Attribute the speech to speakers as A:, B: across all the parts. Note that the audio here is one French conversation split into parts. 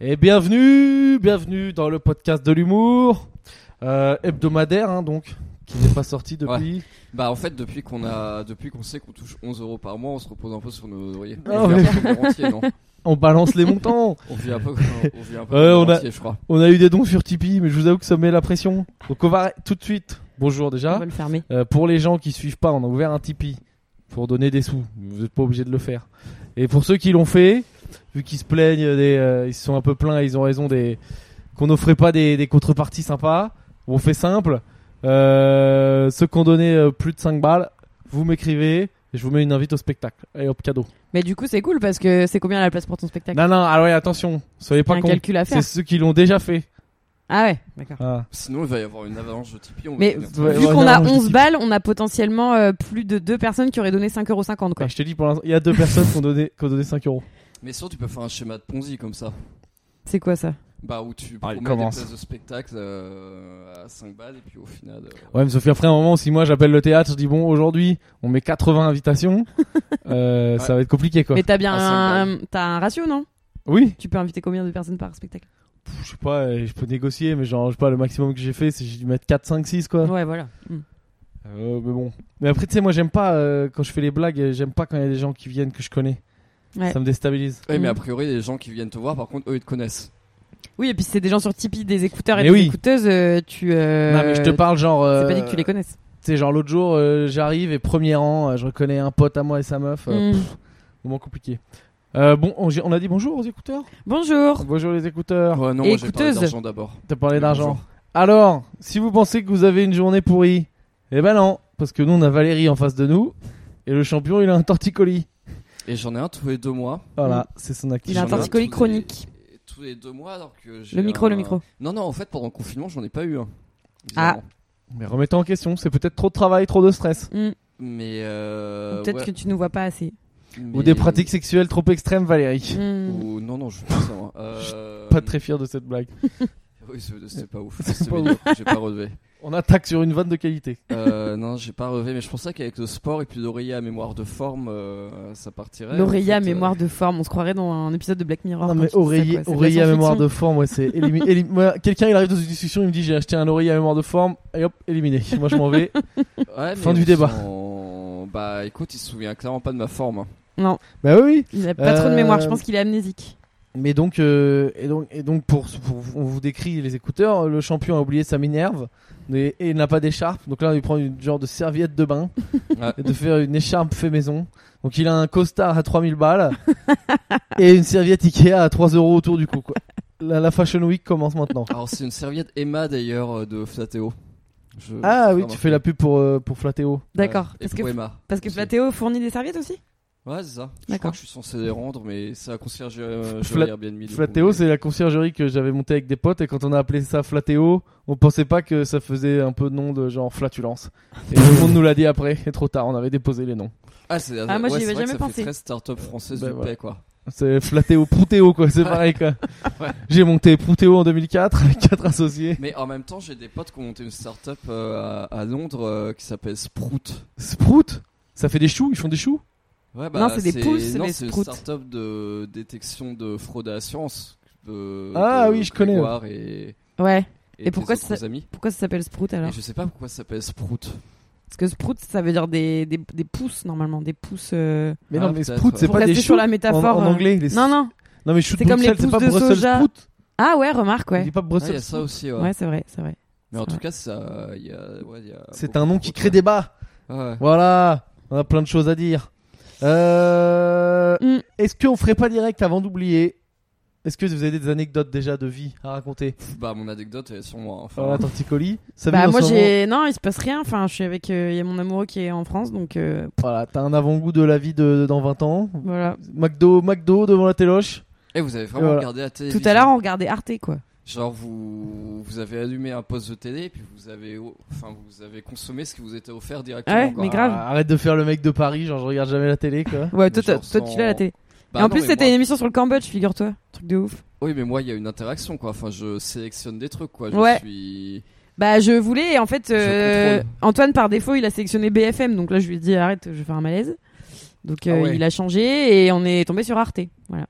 A: Et bienvenue, bienvenue dans le podcast de l'humour euh, hebdomadaire, hein, donc qui n'est pas sorti depuis.
B: Bah en fait depuis qu'on a depuis qu'on sait qu'on touche 11 euros par mois, on se repose un peu sur nos oreillers.
A: Ah,
B: on vit
A: mais-
B: un peu comme des rentiers, non
A: On balance les montants.
B: On vit un peu comme, on vit un
A: Ouais,
B: peu comme des
A: Euh, on a-
B: rentiers, je crois.
A: On a eu des dons sur Tipeee, mais je vous avoue que ça met la pression. Donc on va arrêter tout de suite. Bonjour
C: On
A: déjà.
C: va le fermer.
A: Euh, pour les gens qui suivent pas, on a ouvert un Tipeee pour donner des sous. Vous n'êtes pas obligé de le faire. Et pour ceux qui l'ont fait, vu qu'ils se plaignent, des, euh, ils se sont un peu plaints, ils ont raison des qu'on n'offrait pas des, des contreparties sympas. On fait simple. Euh, ceux qui ont donné euh, plus de 5 balles, vous m'écrivez et je vous mets une invite au spectacle. Et hop, cadeau.
C: Mais du coup, c'est cool parce que c'est combien la place pour ton spectacle
A: Non, non, alors ouais, attention, soyez
C: Il y a
A: pas
C: un
A: con.
C: calcul à
A: C'est
C: faire.
A: ceux qui l'ont déjà fait.
C: Ah ouais, d'accord.
A: Ah.
B: Sinon il va y avoir une avalanche de Tipeee. On va
C: Mais
B: devenir-
A: Ouais, ouais,
C: vu
A: non,
C: qu'on a
A: je dis-
C: 11 balles, on a potentiellement euh, plus de deux personnes qui auraient donné 5,50€ quoi.
A: Ouais, Ah, je te dis, pour l'instant, il y a deux personnes qui ont donné, qui ont donné 5 euros.
B: Mais sinon tu peux faire un schéma de Ponzi comme ça.
C: C'est quoi ça
B: Bah où tu
A: Ah, il
B: promets
A: commence.
B: des places de spectacle euh, à 5 balles et puis au final euh,
A: Ouais, mais sauf qu'après un moment, si moi j'appelle le théâtre, je dis bon, aujourd'hui, on met 80 invitations, euh, ça va être compliqué quoi.
C: Mais t'as bien
B: Ah, cinq
C: un, t'as un ratio, non
A: Oui,
C: Tu peux inviter combien de personnes par spectacle
A: Pff, je sais pas, euh, je peux négocier, mais genre, je sais pas, le maximum que j'ai fait, c'est j'ai dû mettre 4, 5, 6 quoi.
C: Ouais, voilà. Mm.
A: Euh, mais bon. Mais après, tu sais, moi j'aime pas euh, quand je fais les blagues, euh, j'aime pas quand il y a des gens qui viennent que je connais.
C: Ouais.
A: Ça me déstabilise.
B: ouais, mais
C: Mm.
B: a priori les gens qui viennent te voir par contre eux ils te connaissent.
C: Oui, et puis c'est des gens sur Tipeee, des écouteurs et
A: Mais
C: des
A: oui.
C: écouteuses, euh, tu. euh,
A: non, mais je te parle genre.
C: C'est
A: euh,
C: pas dit que tu les connaisses.
A: Tu sais, genre l'autre jour, euh, j'arrive et premier rang, euh, je reconnais un pote à moi et sa meuf. euh,
C: Mm.
A: Moment compliqué. Euh, bon, on, on a dit bonjour aux écouteurs
C: Bonjour.
A: Bonjour les écouteurs.
B: Ouais non,
C: Et
B: moi j'ai parlé
C: écouteuse.
B: d'argent d'abord.
A: T'as parlé
B: Mais
A: d'argent.
B: bonjour.
A: Alors, si vous pensez que vous avez une journée pourrie, eh ben non, parce que nous on a Valérie en face de nous et le champion il a un torticolis.
B: Et j'en ai un tous les deux mois.
A: Voilà, c'est son activité.
C: Il a un
B: J'en ai
C: torticolis
B: tous les-
C: chronique.
B: Tous les deux mois alors que j'ai
C: Le micro,
B: un-
C: le micro.
B: Non non en fait pendant le confinement j'en ai pas eu hein. un.
C: Ah.
B: bizarrement.
A: Mais remettez en question, c'est peut-être trop de travail, trop de stress.
C: Mm.
B: Mais euh,
C: Peut-être
B: ouais,
C: que tu nous vois pas assez.
A: Ou
B: mais-
A: des pratiques sexuelles trop extrêmes, Valérie.
C: Mm.
B: Ou- non, non, je fais ça. moi. Euh,
A: Pas très fier de cette blague.
B: Oui, c'est c'est pas ouf. C'est
A: pas
B: médiocre, J'ai pas relevé.
A: On attaque sur une vanne de qualité.
B: Euh, non, j'ai pas relevé, mais je pensais qu'avec le sport et puis l'oreiller à mémoire de forme, euh, ça partirait.
C: L'oreiller
B: En
C: à
B: fait, euh,
C: mémoire de forme, on se croirait dans un épisode de Black Mirror.
A: Non, Ah,
C: quand
A: mais
C: tu dis ça,
A: oreiller,
C: quoi. Ah, C'est de la
A: oreiller à mémoire
C: science-fiction.
A: de forme, ouais, c'est élimi- élim- moi, Quelqu'un il arrive dans une discussion, il me dit j'ai acheté un oreiller à mémoire de forme, et hop, éliminé. Moi je m'en vais.
B: euh, ouais, mais
A: Fin du
B: on
A: débat.
B: s'en- Bah écoute, il se souvient clairement pas de ma forme. hein.
C: Non,
A: bah oui, oui.
C: il a pas trop de mémoire, je
A: Euh,
C: pense qu'il est amnésique.
A: Mais donc, euh, et donc, et donc pour, pour- on vous décrit les écouteurs, le champion a oublié sa minerve et, et il n'a pas d'écharpe. Donc là, on lui prend une genre de serviette de bain
B: Ouais.
A: et de faire une écharpe fait maison. Donc il a un costard à 3000 balles et une serviette Ikea à 3 euros autour du cou. Quoi. La, la Fashion Week commence maintenant.
B: Alors, c'est une serviette Emma d'ailleurs euh, de Flatéo. Je-
A: Ah oui,
B: j'ai remarqué.
A: tu fais la pub pour, euh, pour Flatéo.
C: D'accord.
B: Ouais, Et
C: Parce
B: pour
C: que,
B: Emma.
C: parce que
B: aussi.
C: Flatéo fournit des serviettes aussi
B: Ouais, c'est ça. Je crois
C: D'accord.
B: que je suis censé les rendre, mais c'est la concierge euh,
A: Flat-
B: Airbnb. du
A: Flatéo,
B: coup.
A: c'est la conciergerie que j'avais montée avec des potes et quand on a appelé ça Flatéo, on pensait pas que ça faisait un peu de nom de genre flatulence. Et tout le monde nous l'a dit après, et trop tard, on avait déposé les noms.
B: Ah, c'est
C: Ah,
B: ouais,
C: moi, j'y
B: c'est
C: avais
B: vrai que
C: jamais
B: ça fait
C: pensé.
B: très start-up française
A: Bah,
B: du
A: voilà.
B: paix, quoi.
A: C'est Flatéo, Proutéo quoi, c'est pareil quoi.
B: Ouais.
A: J'ai monté Proutéo en 2004 avec quatre associés.
B: Mais en même temps, j'ai des potes qui ont monté une start-up euh, à, à Londres euh, qui s'appelle Sprout.
A: Sprout Ça fait des choux, ils font des choux
B: Ouais,
C: Non, c'est des pousses,
B: non,
C: les
B: c'est une
C: Sprout.
B: start-up de détection de fraude à la science. de-
A: Ah
B: de
A: oui, je connais,
B: Grégoire Et,
C: Ouais.
B: et,
C: Et
B: tes
C: pourquoi
B: autres
C: ça-
B: amis.
C: Pourquoi ça s'appelle Sprout alors
B: Et je sais pas pourquoi ça s'appelle Sprout.
A: Oh,
C: Parce que Sprout, ça veut dire des, des, des pouces normalement, des pouces. euh,
A: Mais
B: Ah,
A: non, mais
B: peut-être,
A: Sprout,
B: ouais.
A: c'est
C: Pour
A: pas des
C: rester
A: choux
C: sur la
A: en,
C: métaphore.
A: en
C: euh,
A: anglais. les-
C: Non, non.
A: Non, mais choux de
C: C'est comme les
A: Bruxelles, c'est pas
C: pousses de
A: Brussels
C: soja.
A: Sprout.
C: Ah ouais, remarque,
A: On
C: ouais.
A: dit pas
B: Ah,
A: Brussels
B: il y a ça
A: Sprout.
B: aussi, ouais.
C: Ouais, c'est vrai, c'est vrai.
B: Mais en
C: c'est
B: tout
C: vrai.
B: cas, ça, il y a, ouais, il y a
A: C'est
B: beaucoup
A: un nom
B: de
A: qui
B: fraudes,
A: crée
B: ouais.
A: débat.
B: Ouais.
A: Voilà, on a plein de choses à dire. Euh,
C: Mm.
A: Est-ce qu'on ferait pas direct avant d'oublier Est-ce que vous avez des anecdotes déjà de vie à raconter
B: Pff, Bah, mon anecdote, elle est sur moi. Enfin,
A: Voilà, torticolis. Ça
C: Bah moi j'ai non, il se passe rien. Enfin, je suis avec euh, il y a mon amoureux qui est en France, donc euh,
A: Voilà, t'as un avant-goût de la vie de, dans 20 ans.
C: voilà.
A: McDo, McDo devant la téloche.
B: Et vous avez vraiment
A: Voilà.
B: regardé la télé
C: Tout à l'heure, on regardait Arte quoi.
B: Genre vous vous avez allumé un poste de télé et puis vous avez enfin vous avez consommé ce qui vous était offert directement.
C: Ouais,
B: quoi.
C: mais grave.
A: Ah, arrête de faire le mec de Paris, genre je regarde jamais la télé quoi.
C: Ouais, toi,
B: Je
C: toi, toi,
B: ressens-
C: tu l'as la télé.
B: Bah
C: Et en
B: non,
C: plus,
B: mais
C: c'était
B: moi-
C: une émission sur le Cambodge, figure-toi. Truc de ouf.
B: Oui, mais moi il y a une interaction quoi. Enfin, je sélectionne des trucs quoi. Je
C: Ouais.
B: suis
C: Bah, je voulais, et en fait,
B: Je
C: euh,
B: contrôle.
C: Antoine, par défaut, il a sélectionné BFM, donc là, je lui ai dit, arrête, je vais faire un malaise. Donc, euh,
B: Ah ouais.
C: il a changé, et on est tombé sur Arte. Voilà.
A: Euh,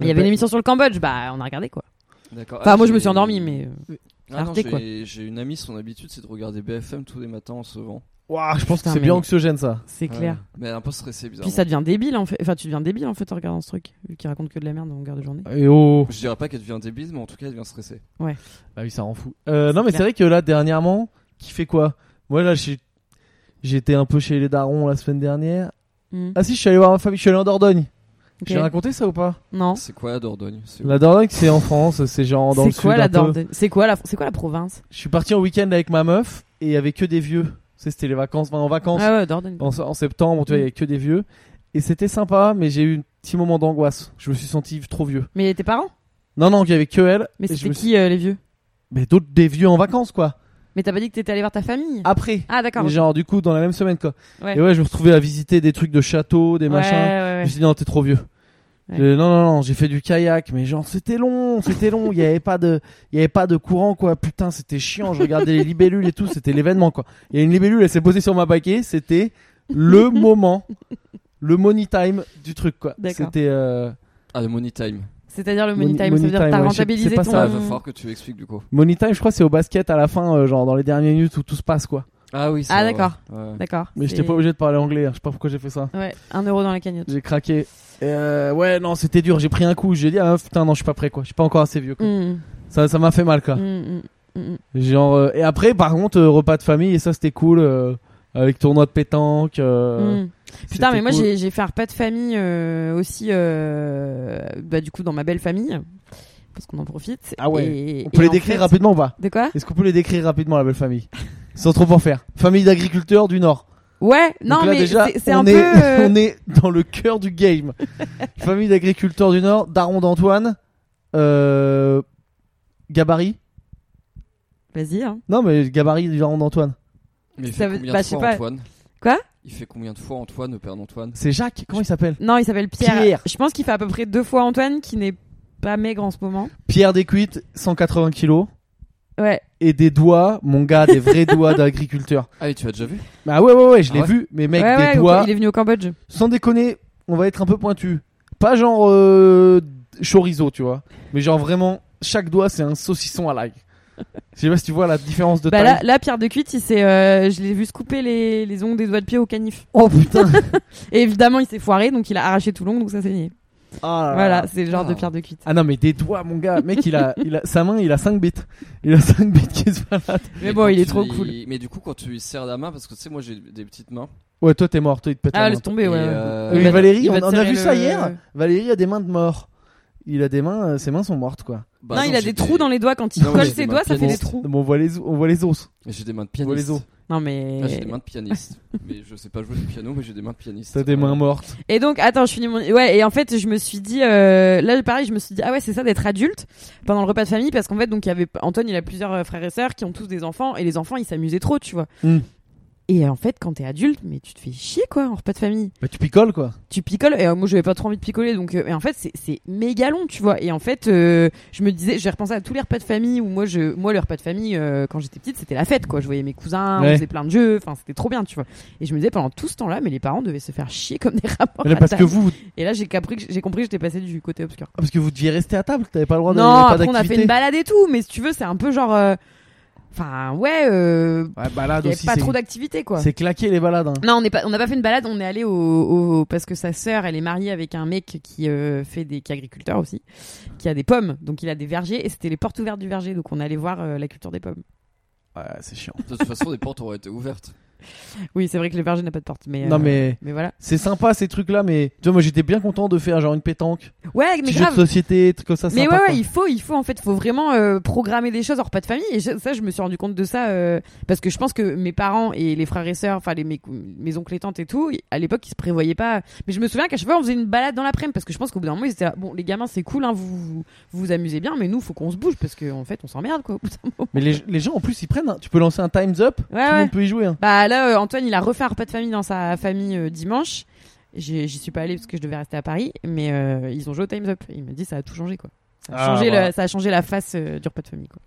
C: Il y avait une émission sur le Cambodge, bah on a regardé quoi.
B: D'accord.
C: Enfin,
B: Ah,
C: moi je me
B: j'ai-
C: suis endormi, mais. euh,
B: Ah non,
C: Arte, quoi.
B: j'ai j'ai une amie, son habitude, c'est de regarder BFM tous les matins en se levant.
A: Ouah, Ah, je pense
C: Putain,
A: que c'est
C: mais-
A: bien anxiogène ça.
C: C'est clair.
B: Mais elle est un peu stressée, bizarrement.
C: Puis ça devient débile en fait. Enfin, tu deviens débile en fait en regardant ce truc, vu qu'il raconte que de la merde en longueur de journée.
A: Et oh.
B: Je dirais pas qu'elle devient débile, mais en tout cas, elle devient stressée.
A: Bah oui, ça rend fou. Euh, non, mais
C: clair.
A: c'est vrai que là, dernièrement, qui fait quoi Moi, là, j'ai- j'étais un peu chez les darons la semaine dernière.
C: Hmm.
A: Ah si, je suis allé voir ma famille, je suis allé en Dordogne.
C: Ok.
A: J'ai raconté ça ou pas
C: Non.
B: C'est quoi la Dordogne C'est où
A: La Dordogne, c'est en France, c'est genre dans le
C: C'est quoi
A: sud
C: la
A: un peu.
C: Dordogne C'est quoi la C'est quoi la province
A: Je suis parti en week-end avec ma meuf et il y avait que des vieux. Tu sais, c'était les vacances, enfin, en vacances
C: Ah ouais, Dordogne.
A: en, en septembre, tu vois, il y avait que des vieux. Et c'était sympa, mais j'ai eu un petit moment d'angoisse. Je me suis senti trop vieux.
C: Mais tes parents
A: Non, non, il y avait que elle.
C: Mais
A: et je
C: c'était
A: me
C: qui
A: suis-
C: euh, les vieux
A: Mais d'autres des vieux en vacances, quoi.
C: Mais t'as pas dit que t'étais allé voir ta famille
A: Après.
C: Ah d'accord.
A: Et genre, du coup, dans la même semaine, quoi.
C: Ouais.
A: Et ouais, je me retrouvais à visiter des trucs de château, des
C: Ouais,
A: machins. Je
C: ouais,
A: me
C: ouais.
A: suis dit, non, t'es trop vieux.
C: Ouais.
A: Euh, non, non, non, j'ai fait du kayak, mais genre, c'était long, c'était long. Il y avait pas de, il y avait pas de courant, quoi. Putain, c'était chiant. Je regardais les libellules et tout. C'était l'événement, quoi. Il y a une libellule, elle s'est posée sur ma baquet. C'était le moment, le money time du truc, quoi.
C: D'accord.
A: C'était, euh,
B: Ah, le Money Time.
C: C'est-à-dire le money
A: Money-
C: time, ça veut
A: money
C: dire
A: time,
C: que t'as
A: ouais,
C: rentabilisé
A: c'est pas
C: ton.
A: ça,
B: Ah, va falloir que tu expliques du coup.
A: money time, je crois, c'est au basket à la fin, euh, genre, dans les dernières minutes où tout se passe, quoi.
B: Ah oui,
C: Ah, d'accord.
B: Ouais.
C: D'accord.
A: Mais
C: c'est-
A: j'étais pas obligé de parler anglais. hein. Je sais pas pourquoi j'ai fait ça.
C: Ouais, un euro dans la cagnotte.
A: J'ai craqué. Euh, ouais, non, c'était dur. J'ai pris un coup. J'ai dit, ah putain, non, je suis pas prêt, quoi. Je suis pas encore assez vieux, quoi.
C: Mm,
A: Ça, ça m'a fait mal, quoi.
C: mm, mm, mm.
A: Genre, euh, et après, par contre, euh, repas de famille, et ça, c'était cool. euh, avec tournoi de pétanque. euh,
C: Mm. Putain,
A: c'était
C: mais moi
A: cool.
C: j'ai j'ai fait un repas de famille euh, aussi, euh, bah, du coup, dans ma belle famille, parce qu'on en profite.
A: Ah ouais.
C: Et-
A: On peut
C: et
A: les
C: en
A: décrire
C: fait-
A: rapidement ou pas
C: De quoi
A: Est-ce qu'on peut les décrire rapidement, la belle famille Sans trop en faire. Famille d'agriculteurs du Nord.
C: Ouais, non,
A: Donc là,
C: mais
A: déjà,
C: c'est- c'est
A: on
C: un
A: est,
C: peu. euh,
A: on est dans le cœur du game. famille d'agriculteurs du Nord, Daron d'Antoine, euh, Gabarit.
C: Vas-y, hein.
A: Non, mais Gabarit du Daron d'Antoine.
B: Mais il
C: Ça
B: fait
C: veut-
B: combien
C: bah,
B: de
C: je sais
B: fois
C: pas.
B: Antoine
C: Quoi
B: Il fait combien de fois Antoine, le père d'Antoine
A: C'est Jacques, comment il s'appelle
C: Non, il s'appelle Pierre.
A: Pierre.
C: Je pense qu'il fait à peu près deux fois Antoine, qui n'est pas maigre en ce moment.
A: Pierre Descuites, 180 kilos.
C: Ouais.
A: Et des doigts, mon gars, des vrais doigts d'agriculteur.
B: Ah oui, tu l'as déjà vu
A: Bah ouais, ouais, ouais, je
B: Ah
A: l'ai
B: ouais
A: vu, mais mec,
C: ouais,
A: des
C: ouais,
A: doigts,
C: Il est venu au Cambodge.
A: sans déconner, on va être un peu pointu. Pas genre euh, chorizo, tu vois. Mais genre vraiment, chaque doigt, c'est un saucisson à l'ail. Je sais pas si tu vois la différence de
C: Bah
A: taille.
C: là, là, Pierre de Cuite, il s'est, euh, je l'ai vu se couper les, les ongles des doigts de pied au canif.
A: Oh putain
C: Et évidemment, il s'est foiré, donc il a arraché tout l'ongle, donc ça saignait.
A: Ah là là.
C: Voilà, c'est le genre
B: Ah.
C: de Pierre de Cuite.
A: Ah non, mais des doigts, mon gars. Mec, il a, il a, sa main, il a 5 bits. Il a 5 bits qui se baladent.
C: Mais bon,
B: quand
C: il est
B: tu
C: trop
B: lui-
C: cool.
B: Mais du coup, quand tu lui serres la main, parce que tu sais, moi j'ai des petites mains.
A: Ouais, toi, t'es mort, toi, il te pète la
C: Ah,
A: main.
C: laisse tomber,
B: Et,
C: ouais. ouais.
B: euh,
A: Oui,
C: Il va-
A: Valérie,
C: il va
A: on,
C: te
A: on a
C: serrer
A: vu ça
C: le-
A: hier. Valérie a des mains de mort. Il a des mains, euh, ses mains sont mortes quoi.
B: bah
C: non, il a
B: j'ai
C: des trous dans les doigts quand il
B: Non, mais
C: colle
B: j'ai
C: ses
B: des
C: doigts, ça fait des
B: mains
C: trous.
A: Mais on voit les, on voit les os.
B: J'ai des mains de
A: On voit
B: pianiste.
A: les os.
C: Non
B: Ah, j'ai des
C: mais.
B: mains de pianiste. mais je sais pas jouer du piano, mais j'ai des mains de pianiste.
A: T'as des
B: Voilà.
A: mains mortes.
C: Et donc, attends, je finis mon. Ouais, et en fait, je me suis dit, euh, là, pareil, je me suis dit, ah ouais, c'est ça d'être adulte pendant le repas de famille, parce qu'en fait, donc, il y avait Antoine, il a plusieurs euh, frères et sœurs qui ont tous des enfants, et les enfants, ils s'amusaient trop, tu vois.
A: Mm.
C: Et euh, en fait, quand t'es adulte, mais tu te fais chier, quoi, en repas de famille.
A: Bah tu picoles quoi.
C: tu picoles et euh, moi j'avais pas trop envie de picoler donc euh, et en fait c'est c'est méga long tu vois et en fait euh, je me disais j'ai repensé à tous les repas de famille où moi je moi le repas de famille euh, quand j'étais petite c'était la fête quoi je voyais mes cousins on
A: Ouais.
C: faisait plein de jeux enfin c'était trop bien tu vois et je me disais pendant tout ce temps là mais les parents devaient se faire chier comme des rats morts
A: Mais là,
C: à
A: parce que
C: table.
A: vous, vous-
C: et là j'ai compris que j'ai compris que j'étais passé du côté obscur
A: Ah, parce que vous deviez rester à table. T'avais pas le droit de.
C: non
A: pas
C: après on a fait
A: d'activité.
C: une balade et tout mais si tu veux c'est un peu genre euh, enfin ouais euh,
A: Ouais, balade
C: y avait
A: aussi.
C: pas
A: Ah, c'est-
C: trop d'activité quoi
A: C'est claqué les balades. hein.
C: non, on n'est pas, on n'a pas fait une balade. On est allé au, au- parce que sa sœur, elle est mariée avec un mec qui euh, fait des, qui est agriculteur aussi, qui a des pommes. Donc il a des vergers et c'était les portes ouvertes du verger. Donc on allait voir euh, la culture des pommes.
A: Ouais, c'est chiant.
B: De toute façon, les portes auraient été ouvertes.
C: Oui, c'est vrai que le verger n'a pas de porte, mais euh,
A: Non mais
C: mais voilà.
A: c'est sympa ces trucs là, mais tu vois moi j'étais bien content de faire genre une pétanque,
C: Ouais, mais
A: petit jeu de
C: grave.
A: société, trucs comme ça.
C: Mais
A: sympa,
C: ouais,
A: quoi.
C: ouais, il faut, il faut en fait, faut vraiment euh, programmer des choses hors pas de famille. Et je- ça, je me suis rendu compte de ça euh, parce que je pense que mes parents et les frères et sœurs, enfin les mes, cou- mes oncles et tantes et tout, à l'époque, ils se prévoyaient pas. Mais je me souviens qu'à chaque fois, on faisait une balade dans l'après-midi parce que je pense qu'au bout d'un moment, ils étaient là, bon, les gamins, c'est cool, hein, vous, vous vous vous amusez bien, mais nous, faut qu'on se bouge parce que en fait, on s'emmerde quoi. au bout d'un moment.
A: Mais les, les gens en plus ils prennent. hein. Tu peux lancer un times up.
C: Ouais,
A: tout le
C: Ah ouais.
A: monde peut y jouer. hein.
C: Bah là, euh, Antoine, il a refait un repas de famille dans sa famille euh, dimanche. J'ai- J'y suis pas allée parce que je devais rester à Paris, mais euh, ils ont joué au Times Up. Il me dit ça a tout changé quoi. Ça a,
A: Ah,
C: changé,
A: voilà.
C: le- ça a changé la face euh, du repas de famille quoi.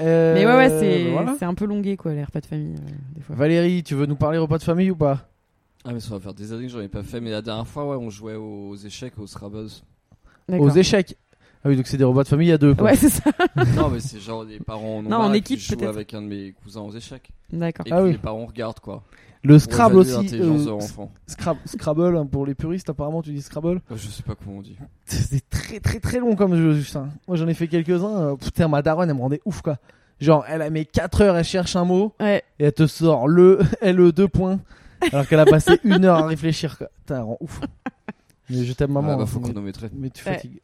A: Euh,
C: Mais ouais, ouais, c'est
A: voilà.
C: c'est un peu longué, quoi, les repas de famille, euh, des fois.
A: Valérie, tu veux nous parler repas de famille ou pas
B: Ah, mais ça va faire des années que j'en ai pas fait. Mais la dernière fois, ouais, on jouait aux échecs, aux Scrabbles.
A: aux échecs. Ah oui, donc c'est des repas de famille à deux. quoi.
C: Ouais, c'est ça.
B: non, mais c'est genre les parents en, ont
C: Non,
B: marre
C: en
B: et
C: équipe,
B: puis je joue
C: peut-être.
B: avec un de mes cousins aux échecs.
C: D'accord.
B: Et
A: Ah
B: puis
A: oui.
B: les parents regardent quoi.
A: Le Scrabble
B: Pour évaluer
A: aussi.
B: l'intelligence
A: euh,
B: de leur enfant.
A: Scrab- Scrabble, hein, pour les puristes, apparemment, tu dis Scrabble.
B: Euh, Je sais pas comment on dit.
A: C'est très très très long comme jeu, ça. Moi j'en ai fait quelques-uns. euh, Putain, ma daronne, elle me rendait ouf quoi. Genre, elle a mis 4 heures, elle cherche un mot
C: Ouais.
A: et elle te sort le LE 2 points alors qu'elle a passé une heure à réfléchir quoi. Putain, elle rend ouf. Mais je t'aime maman.
B: Ah, bah,
A: hein,
B: faut
A: mais-
B: chronométrer.
A: mais tu
C: Ouais.
A: fatigues.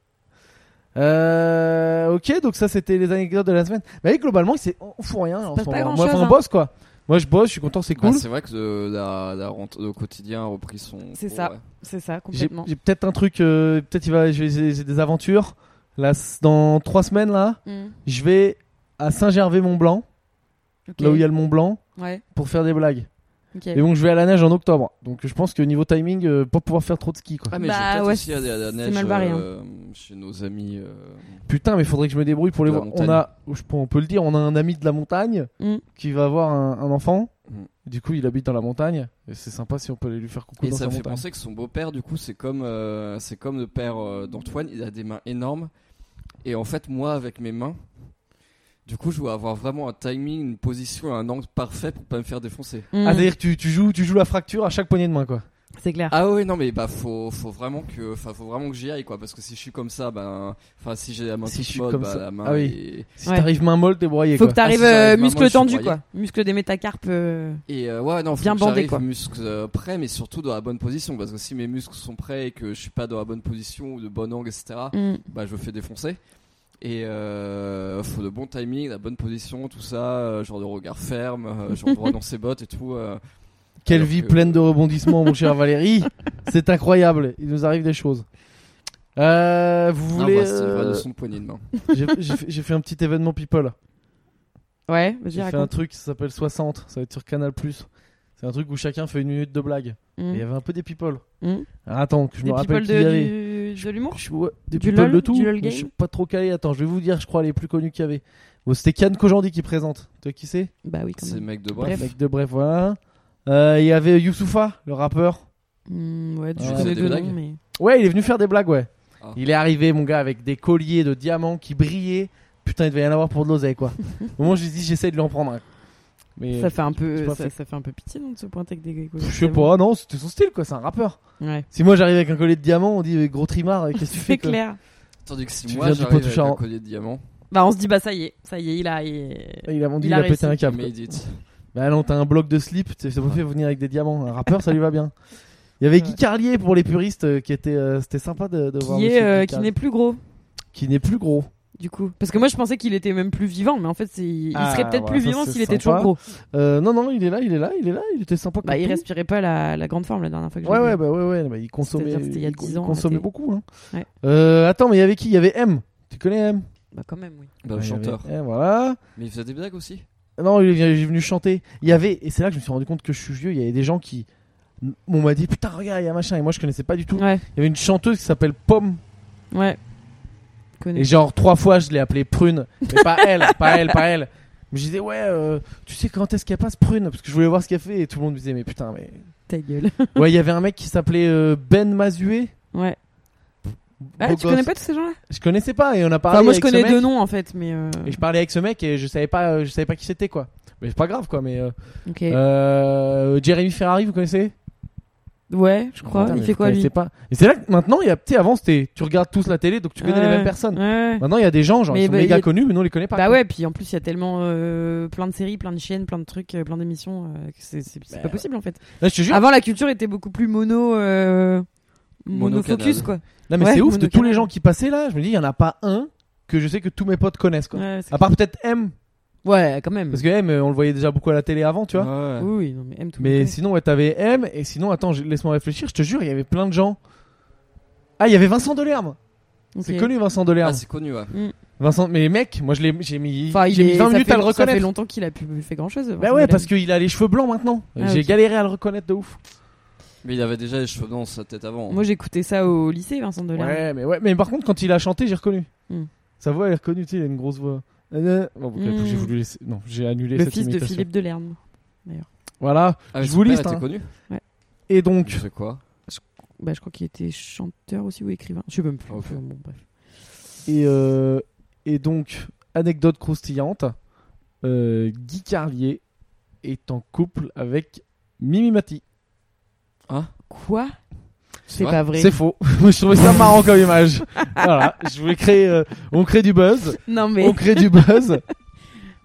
A: Euh, ok, donc ça c'était les anecdotes de la semaine. Mais globalement, c'est on fout rien en
C: passe
A: ce
C: pas
A: moment. Moi,
C: grand-chose,
A: enfin, on
C: hein.
A: bosse quoi. Moi, je bosse, je suis content, c'est
B: Bah,
A: cool.
B: c'est vrai que euh, la, la rente au quotidien a repris son.
C: C'est
B: cours,
C: ça.
B: ouais.
C: C'est ça,
A: J'ai
C: complètement.
A: j'ai peut-être un truc, euh, peut-être il va, j'ai j'ai- j'ai des aventures. Là, c- dans trois semaines là,
C: Mm.
A: je vais à Saint-Gervais-Mont-Blanc,
C: Ok.
A: là où il y a le Mont-Blanc,
C: Ouais.
A: pour faire des blagues.
C: Ok.
A: Et donc, je vais à la neige en octobre. Donc, je pense que niveau timing, euh, pas pouvoir faire trop de ski quoi.
B: Ah, mais
C: Bah,
B: j'ai peut-être
C: ouais,
B: aussi à la, la
C: c'est
B: neige
C: mal barré, hein.
B: euh, chez nos amis. euh,
A: Putain, mais faudrait que je me débrouille pour les
B: De la
A: voir. On a, je peux- on peut le dire, on a un ami de la montagne
C: Mm.
A: qui va avoir un, un enfant.
B: Mm.
A: Du coup, il habite dans la montagne. Et c'est sympa si on peut aller lui faire coucou
B: Et
A: dans
B: ça
A: sa
B: me fait
A: montagne.
B: penser que son beau-père, du coup, c'est comme, euh, c'est comme le père euh, d'Antoine, il a des mains énormes. Et en fait, moi, avec mes mains, du coup, je dois avoir vraiment un timing, une position, un angle parfait pour pas me faire défoncer.
C: Mm.
A: Ah, c'est-à-dire que tu, tu joues, tu joues la fracture à chaque poignée de main quoi.
C: C'est clair.
B: Ah oui, non, mais bah, faut, faut vraiment que, enfin, faut vraiment que j'y aille, quoi. Parce que si je suis comme ça, ben, enfin, si j'ai la main
A: Si je
B: toute
A: suis
B: molle,
A: comme
B: bah,
A: ça.
B: la main
A: Ah oui.
B: est-
A: Si
C: Ouais.
A: t'arrives main molle, t'es broyé
C: Faut
A: quoi.
C: que t'arrives
B: Ah, si j'arrive,
C: euh,
B: maman,
C: muscle
B: je suis
C: tendu,
B: broyé.
C: quoi. Muscle des métacarpes. euh,
B: Et euh, ouais, non, faut
C: Bien
B: que
C: bandé,
B: j'arrive
C: quoi.
B: muscles euh, prêts, mais surtout dans la bonne position. Parce que si mes muscles sont prêts et que je suis pas dans la bonne position ou de bon angle, etc.,
C: mm.
B: bah, je me fais défoncer. Et euh, faut le bon timing, la bonne position, tout ça, euh, genre de regard ferme, euh, genre droit dans ses bottes et tout. euh.
A: Quelle
B: Alors
A: vie
B: que-
A: pleine de rebondissements, mon cher Valérie. C'est incroyable. Il nous arrive des choses. Euh, vous
B: Non,
A: voulez
B: bah, c'est une vraie
A: euh,
B: leçon de poignée de main.
A: J'ai j'ai fait- j'ai fait un petit événement people.
C: Ouais, vas-y,
A: J'ai fait un
C: raconte.
A: truc qui s'appelle 60. Ça va être sur Canal Plus. C'est un truc où chacun fait une minute de blague. Et Il y
C: Mm.
A: avait un peu des people.
C: Mm.
A: Alors, attends, que je
C: Des
A: me rappelle
C: people
A: qui y avait.
C: de, du- de l'humour
A: Je- ouais, des
C: Du
A: people
C: LOL,
A: de tout.
C: du LOL
A: mais
C: game.
A: Je suis pas trop calé. Attends, je vais vous dire, je crois, les plus connus qu'il y avait. Bon, C'était Kian Kojandi qui présente. Toi, qui c'est
C: Bah oui, quand
B: C'est
C: même.
B: mec de bref.
C: Bref.
A: Mec de bref, voilà. Euh, Il y avait Youssoufa, le rappeur.
C: Mm, ouais,
A: Ouais.
C: je
A: C'est
C: connais
B: des
C: deux
B: blagues.
C: noms, mais.
A: Ouais, il est venu faire des blagues, ouais.
B: Ah.
A: Il est arrivé, mon gars, avec des colliers de diamants qui brillaient. Putain, il devait y en avoir pour de l'oseille, quoi. Au moment où j'ai dit, j'essaie de lui en prendre un. Mais
C: Ça fait un
A: c'est
C: peu,
A: pas
C: ça,
A: fait.
C: ça fait un peu pitié non, de se pointer avec des gars.
A: je sais pas, non, c'était son style, quoi. C'est un rappeur.
C: Ouais.
A: Si moi j'arrive avec un collier de diamants, on dit eh, gros trimard, euh, qu'est-ce que tu fais
C: C'est
A: quoi
C: clair.
B: Tandis que si
A: Tu
B: moi
A: viens du
B: j'arrive avec
A: Poitou-Charentes.
B: un collier de diamant,
C: Bah on se dit bah ça y est, ça y est, il a. il-
A: Et Il a vendu,
C: Il
A: il
C: a
A: a, pété
C: réussi.
A: un câble. quoi.
B: made it.
A: Bah non, t'as un bloc de slip, tu sais, c'est pas fait venir avec des diamants. Un rappeur, ça lui va bien. Il y avait Guy
C: Ouais.
A: Carlier pour les puristes, euh, qui était, euh, c'était sympa de, de voir.
C: Qui est,
A: monsieur
C: euh,
A: Guy
C: qui
A: Carlier.
C: n'est plus gros
A: qui n'est plus gros.
C: du coup. Parce que moi je pensais qu'il était même plus vivant, mais en fait c'est- il
A: Ah,
C: serait peut-être
A: bah,
C: plus
A: ça,
C: vivant
A: c'est
C: s'il était toujours
A: sympa.
C: gros.
A: Euh, non, non, il est là, il est là, il est là, il était sympa.
C: Bah
A: comme
C: il
A: tout.
C: respirait pas la, la grande forme la dernière fois que je
A: Ouais,
C: l'ai
A: ouais,
C: vu.
A: bah ouais, ouais, bah, il consommait,
C: C'est-à-dire, c'était il y a
A: il
C: 10 ans,
A: consommait
C: arrêtez.
A: beaucoup. Hein.
C: Ouais.
A: Euh, attends, mais il y avait qui Il y avait M. Tu connais M
C: Bah quand même oui.
B: Bah,
A: Ouais,
B: le
A: il y avait
B: chanteur.
A: M, voilà.
B: Mais il faisait des blagues aussi.
A: Non, il est il est venu chanter. Il y avait, et c'est là que je me suis rendu compte que je suis vieux, il y avait des gens qui. On m'a dit, putain, regarde, il y a un machin, et moi je connaissais pas du tout.
C: Ouais,
A: Il y avait une chanteuse qui s'appelle Pomme,
C: ouais. Connais.
A: et genre trois fois je l'ai appelée Prune, mais pas elle, pas elle, pas elle. Mais je disais, ouais, euh, tu sais quand est-ce qu'elle passe Prune Parce que je voulais voir ce qu'elle fait, et tout le monde me disait, mais putain, mais.
C: Ta gueule.
A: Ouais, il y avait un mec qui s'appelait euh, Ben Mazué.
C: Ouais.
A: beau
C: Ah, tu
A: gosse.
C: connais pas tous ces gens-là
A: Je connaissais pas, et on a parlé.
C: Enfin, moi je
A: avec ce
C: connais
A: mec.
C: deux noms en fait, mais. euh,
A: Et je parlais avec ce mec et je savais pas, euh, je savais pas qui c'était quoi. Mais c'est pas grave quoi. Mais euh,
C: Ok.
A: euh, Jeremy Ferrari, vous connaissez
C: Ouais, je crois.
A: Putain,
C: Il
A: mais
C: fait
A: vous
C: quoi lui
A: connaissez pas. Et c'est là que maintenant, il y a, tu sais, avant c'était, tu regardes tous la télé, donc tu connais les
C: Ouais,
A: mêmes personnes.
C: Ouais.
A: Maintenant, il y a des gens, genre
C: Mais
A: ils sont
C: bah,
A: méga
C: il y a-
A: connus, mais nous on les connaît pas.
C: Bah
A: quoi.
C: ouais, puis en plus il y a tellement euh, plein de séries, plein de chaînes, plein de trucs, euh, plein d'émissions, euh, que c'est c'est- c'est
A: Bah
C: pas possible en fait.
A: Là, je te jure.
C: Avant la culture était beaucoup plus mono, euh,
B: Monocanal.
C: monofocus quoi.
A: non mais
C: ouais,
A: c'est ouf de tous
C: monocanal.
A: les gens qui passaient là. Je me dis, il y en a pas un que je sais que tous mes potes connaissent quoi.
C: Ouais, Mm. c'est-
A: À part peut-être M,
C: ouais, quand même.
A: parce que M, euh, on le voyait déjà beaucoup à la télé avant, tu vois.
B: Ouais.
C: Oui, oui, non, mais aime tout. le
A: Mais
C: monde.
A: sinon, ouais, t'avais M, et sinon, attends, je- laisse-moi réfléchir, je te jure, il y avait plein de gens. Ah, il y avait Vincent Delerme.
C: Ok.
A: C'est connu Vincent Delerme.
B: Ah, c'est connu, ouais.
A: Vincent, mais mec, moi je l'ai, j'ai mis,
C: Enfin, il
A: j'ai mis
C: est-
A: 20
C: ça
A: minutes
C: fait-
A: à le
C: Ça fait
A: reconnaître.
C: longtemps qu'il a plus fait grand chose.
A: Bah ouais, parce qu'il a les cheveux blancs maintenant.
C: Ah,
A: j'ai
C: ok.
A: galéré à le reconnaître de ouf.
B: Mais il avait déjà les cheveux dans sa tête avant.
C: Moi j'écoutais ça au lycée, Vincent Delerme.
A: Ouais, mais ouais, mais par contre, quand il a chanté, j'ai reconnu.
C: Hmm.
A: Sa voix, elle est reconnue, tu sais, il a une grosse voix. Euh, Bon, ok,
C: Hmm.
A: j'ai voulu laisser- non, j'ai annulé
C: Le
A: cette
C: fils de
A: imitation.
C: Philippe Delerme.
A: Voilà.
B: Ah, mais
A: je
B: son
A: vous
B: père
A: liste,
B: était
A: hein.
B: connu.
A: Et
B: Tu
A: donc,
B: sais quoi
C: bah, je crois qu'il était chanteur aussi ou écrivain. Je sais même plus.
B: Ok.
C: Enfin, bon, bref.
A: Et, euh, et donc, anecdote croustillante, euh, Guy Carlier est en couple avec Mimi Mati.
B: Hein
C: Quoi C'est
B: vrai
C: pas vrai.
A: C'est faux. je trouvais ça marrant comme image. voilà, je voulais créer... euh, on crée du buzz.
C: Non mais
A: On crée du buzz.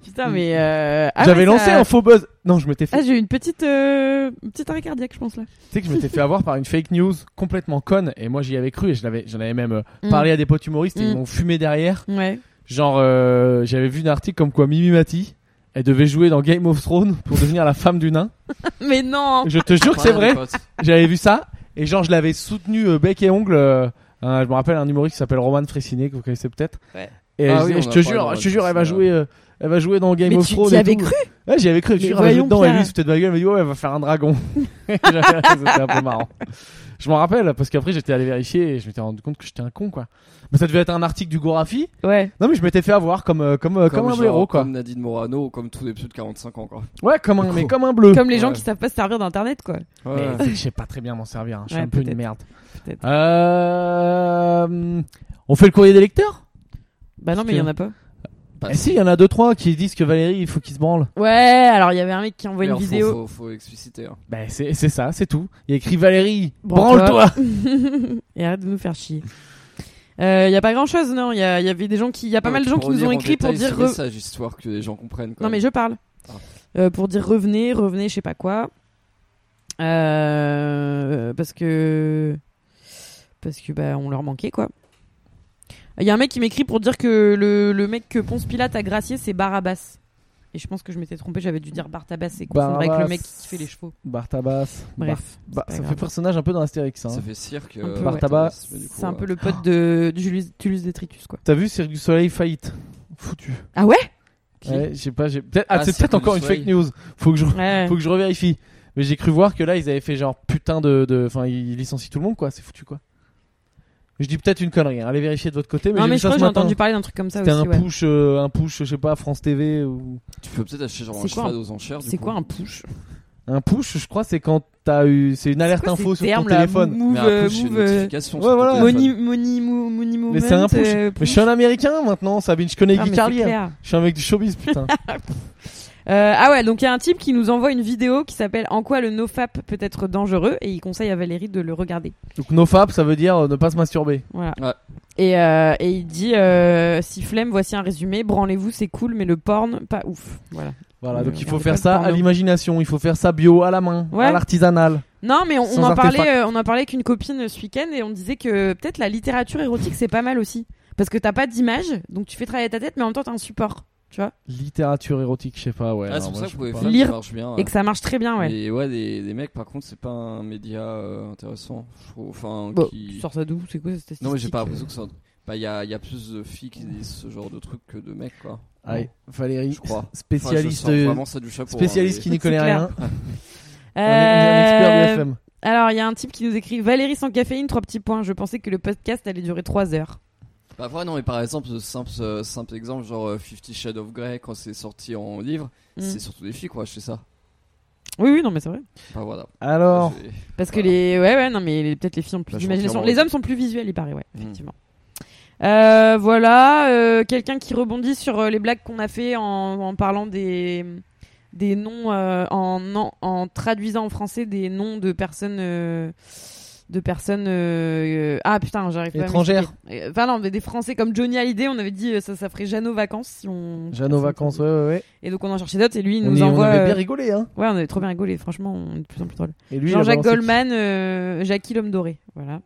C: putain mais. euh, ah
A: J'avais
C: ouais,
A: lancé
C: ça-
A: un faux buzz. Non, je m'étais fait...
C: Ah j'ai eu une petite euh, une petite arrêt cardiaque je pense là.
A: Tu sais que je m'étais fait avoir par une fake news complètement conne. Et moi, j'y avais cru. Et je l'avais- j'en avais même euh, parlé à des potes humoristes. Et
C: Mm.
A: ils m'ont fumé derrière.
C: Mm. Ouais.
A: Genre, euh, j'avais vu un article comme quoi Mimi Mati, elle devait jouer dans Game of Thrones pour devenir la femme du nain.
C: mais non.
A: Je te jure que c'est
B: Ouais,
A: vrai,
B: les potes.
A: j'avais vu ça. Et genre, je l'avais soutenu euh, bec et ongle. euh, un- je me rappelle un humoriste qui s'appelle Roman Frissinet, que vous connaissez peut-être.
C: Ouais.
A: Et
B: Ah
A: je,
B: oui,
A: disais, je
B: on a
A: te
B: parlé de
A: jure,
B: Roman
A: je te jure, elle va
B: Frissinet,
A: jouer, euh, elle va jouer dans Game
C: Mais
A: of
C: tu
A: Thrones.
C: t'y
A: et
C: avais
A: tout.
C: cru
A: Ouais, j'y avais cru.
C: Mais
A: Je te jure, elle joue
C: voyons,
A: dedans. Et lui,
C: Pierre.
A: c'était de ma gueule. Elle m'a dit, ouais, elle va faire un dragon. C'était un peu marrant. Je m'en rappelle, parce qu'après, j'étais allé vérifier et je m'étais rendu compte que j'étais un con, quoi. Mais ça devait être un article du Gorafi.
C: Ouais.
A: Non mais je m'étais fait avoir comme euh, comme euh, comme, un
B: genre,
A: blaireau quoi.
B: Comme Nadine Morano, ou comme tous les plus de 45 ans quoi.
A: Ouais comme un
B: Oh.
A: mais comme un bleu.
C: Comme les gens
B: Ouais.
C: qui savent pas se servir d'internet quoi.
A: Mais
B: Ouais.
A: c'est que je sais pas très bien m'en servir. hein. Je suis
C: Ouais,
A: un peu une
C: peut-être.
A: merde.
C: Peut-être.
A: Euh... On fait le courrier des lecteurs
C: Bah non mais il y en a pas.
B: Pas
A: Eh si, il y en a deux trois qui disent que Valérie il faut qu'il se branle.
C: Ouais alors il y avait un mec qui envoie
B: Mais
C: une
B: alors, faut-
C: vidéo.
B: Faut, faut expliciter. hein.
A: Ben c'est c'est ça, c'est tout. Il y a écrit Valérie, branle-toi.
C: Branle-toi. et arrête de nous faire chier. Il y a pas grand chose non. Il y, a- y avait des gens qui, il y a pas
B: Ouais,
C: mal de
B: tu
C: gens
B: peux
C: qui nous
B: relire
C: ont
B: en
C: écrit pour
B: détail
C: dire
B: ce
C: re-
B: message, histoire que les gens comprennent. Quoi.
C: Non, mais je parle.
B: Ah.
C: Euh, pour dire revenez, revenez, je sais pas quoi. Euh, parce que. Parce que, bah, on leur manquait, quoi. Il y a un mec qui m'écrit pour dire que le, le mec que Ponce Pilate a gracié, c'est Barabbas. Et je pense que je m'étais trompé, j'avais dû dire Bartabas et confondre avec
A: Barabbas.
C: le mec qui fait les chevaux.
A: Bartabas.
C: Bref. c'est
A: Bah,
C: pas
A: ça
C: grave.
A: fait personnage un peu dans Astérix. Hein.
B: Ça fait cirque.
C: Un peu,
B: euh,
C: ouais.
A: Par tabac.
B: mais du coup, euh,
C: C'est un
B: ouais.
C: peu le pote de, de Julius, Tullius Detritus, quoi.
A: T'as vu Cirque du Soleil faillite Foutu.
C: Ah ouais
B: Qui
A: Ouais, je sais pas, j'ai peut-être ah,
B: Ah,
A: c'est
B: Cirque
A: peut-être
B: du
A: encore une
B: Soleil.
A: fake news. Faut que je
C: Ouais.
A: faut que je revérifie. Mais j'ai cru voir que là, ils avaient fait genre putain de. de- Enfin, ils licencient tout le monde, quoi. C'est foutu, quoi. Je dis peut-être une connerie. hein. Allez vérifier de votre côté. Mais
C: Non,
A: j'ai
C: mais
A: vu
C: je
A: ça
C: crois que
A: ce
C: j'ai
A: matin.
C: entendu parler d'un truc comme ça
A: C'était
C: aussi,
A: un
C: ouais.
A: push, euh, un push, je sais pas, France TV ou
B: Tu peux peut-être acheter genre un
C: C'est quoi
B: cheval
C: un-
B: aux enchères. du
C: C'est
B: coup.
C: quoi un push
A: un push. Je crois c'est quand t'as eu, c'est une alerte
C: C'est quoi
A: info
C: ces
A: sur ton
C: termes, là
A: téléphone.
B: Mais
C: Move,
B: un
C: euh,
B: push, c'est une
C: move, euh,
B: notification.
A: Ouais,
B: sur ton
A: voilà.
B: téléphone.
C: Money, money, mo- money moment.
A: Mais c'est un push.
C: euh,
A: Mais je suis un américain maintenant, Sabine. Je connais
C: Ah,
A: Guy
C: mais
A: Carlier.
C: c'est clair.
A: Je suis un mec du showbiz, putain.
C: Euh, ah ouais, donc il y a un type qui nous envoie une vidéo qui s'appelle En quoi le nofap peut être dangereux et il conseille à Valérie de le regarder.
A: Donc nofap, ça veut dire euh, ne pas se masturber.
C: Voilà.
B: Ouais.
C: Et, euh, et il dit euh, Si flemme, voici un résumé, branlez-vous, c'est cool, mais le porn, pas ouf. Voilà.
A: Voilà.
C: Mais
A: Donc il faut
C: regardez
A: faire
C: pas le
A: ça à
C: porno.
A: l'imagination. Il faut faire ça bio, à la main,
C: Ouais.
A: à l'artisanal.
C: Non, mais on, on
A: Sans
C: en
A: artefact.
C: parlait, euh, on en parlait avec une copine ce week-end et on disait que peut-être la littérature érotique c'est pas mal aussi parce que t'as pas d'image, donc tu fais travailler ta tête, mais en même temps t'as un support, tu vois,
A: Littérature érotique, je sais pas. Ouais.
B: Ah,
A: alors
B: c'est
A: moi,
B: pour ça que
A: je
B: vous pouvez
A: peux
B: faire.
A: pas.
B: ça
C: Lire
B: marche bien.
C: et que ça marche très bien, ouais.
B: Mais ouais, les, les mecs, par contre, c'est pas un média euh, intéressant. Je trouve. Enfin,
C: Bon,
B: qui.
C: tu sors ça d'où C'est quoi cette
B: Non, mais j'ai
C: statistique,
B: pas
C: euh
B: l'impression que ça. Bah, il y a, y a plus de filles qui disent ce genre de truc que de mecs, quoi.
A: Allez, Valérie,
B: Je crois. Enfin, je
A: spécialiste,
B: sors
C: euh,
B: vraiment ça du chapeau.
A: spécialiste
B: hein,
A: qui n'y
C: C'est
A: connaît
C: clair.
A: rien. On est- on est un expert
C: Euh,
A: du FM.
C: Alors, il y a un type qui nous écrit Valérie sans caféine, trois petits points. Je pensais que le podcast allait durer trois heures.
B: mais- Bah, ouais, non, mais par exemple, ce simple, euh, simple exemple, genre euh, Fifty Shades of Grey, quand c'est sorti en livre,
C: Mm.
B: c'est surtout des filles, quoi, je sais ça.
C: Oui, oui, non, mais c'est vrai.
B: Bah, voilà.
A: Alors,
B: J'ai-
C: Parce que
B: Voilà.
C: les. Ouais, ouais, non, mais les- peut-être les filles ont plus
B: Bah, je
C: d'imagination.
B: confirme.
C: Les hommes sont plus visuels, il paraît, ouais,
B: Mm.
C: effectivement. Euh, voilà, euh, quelqu'un qui rebondit sur euh, les blagues qu'on a fait en, en parlant des des noms euh, en, en en traduisant en français des noms de personnes euh, de personnes euh, euh, ah putain j'arrive pas à
A: Étrangères.
C: m'expliquer. Euh, enfin non mais des français comme Johnny Hallyday on avait dit euh, ça ça ferait Jeannot vacances si on
A: Jeanne aux vacances, ouais, ouais, ouais.
C: Et donc on en cherchait d'autres et lui il
A: On,
C: nous
A: y- on
C: envoie.
A: avait
C: euh,
A: bien rigolé, hein.
C: Ouais, on avait trop bien rigolé, franchement, on est de plus en plus drôle.
A: Et lui, il a
C: Jean-Jacques
A: balancé-
C: Goldman, euh, Jackie l'homme doré, voilà.